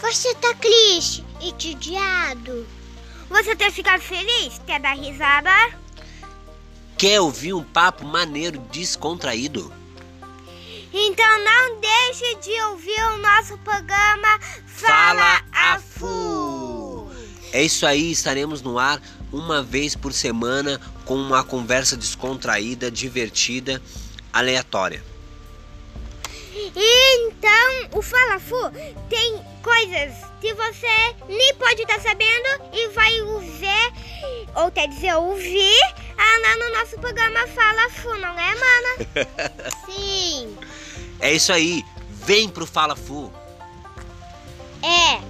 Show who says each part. Speaker 1: Você tá triste e tediado?
Speaker 2: Você ter ficado feliz? Quer dar risada?
Speaker 3: Quer ouvir um papo maneiro, descontraído?
Speaker 2: Então não deixe de ouvir o nosso programa Fala, a Fu.
Speaker 3: É isso aí, estaremos no ar uma vez por semana com uma conversa descontraída, divertida, aleatória.
Speaker 2: Então, o Fala Fu tem coisas que você nem pode estar sabendo e vai ver, ou quer dizer, ouvir, ah, no nosso programa Fala Fu, não é, mana?
Speaker 1: Sim.
Speaker 3: É isso aí, vem pro Fala Fu.
Speaker 1: É.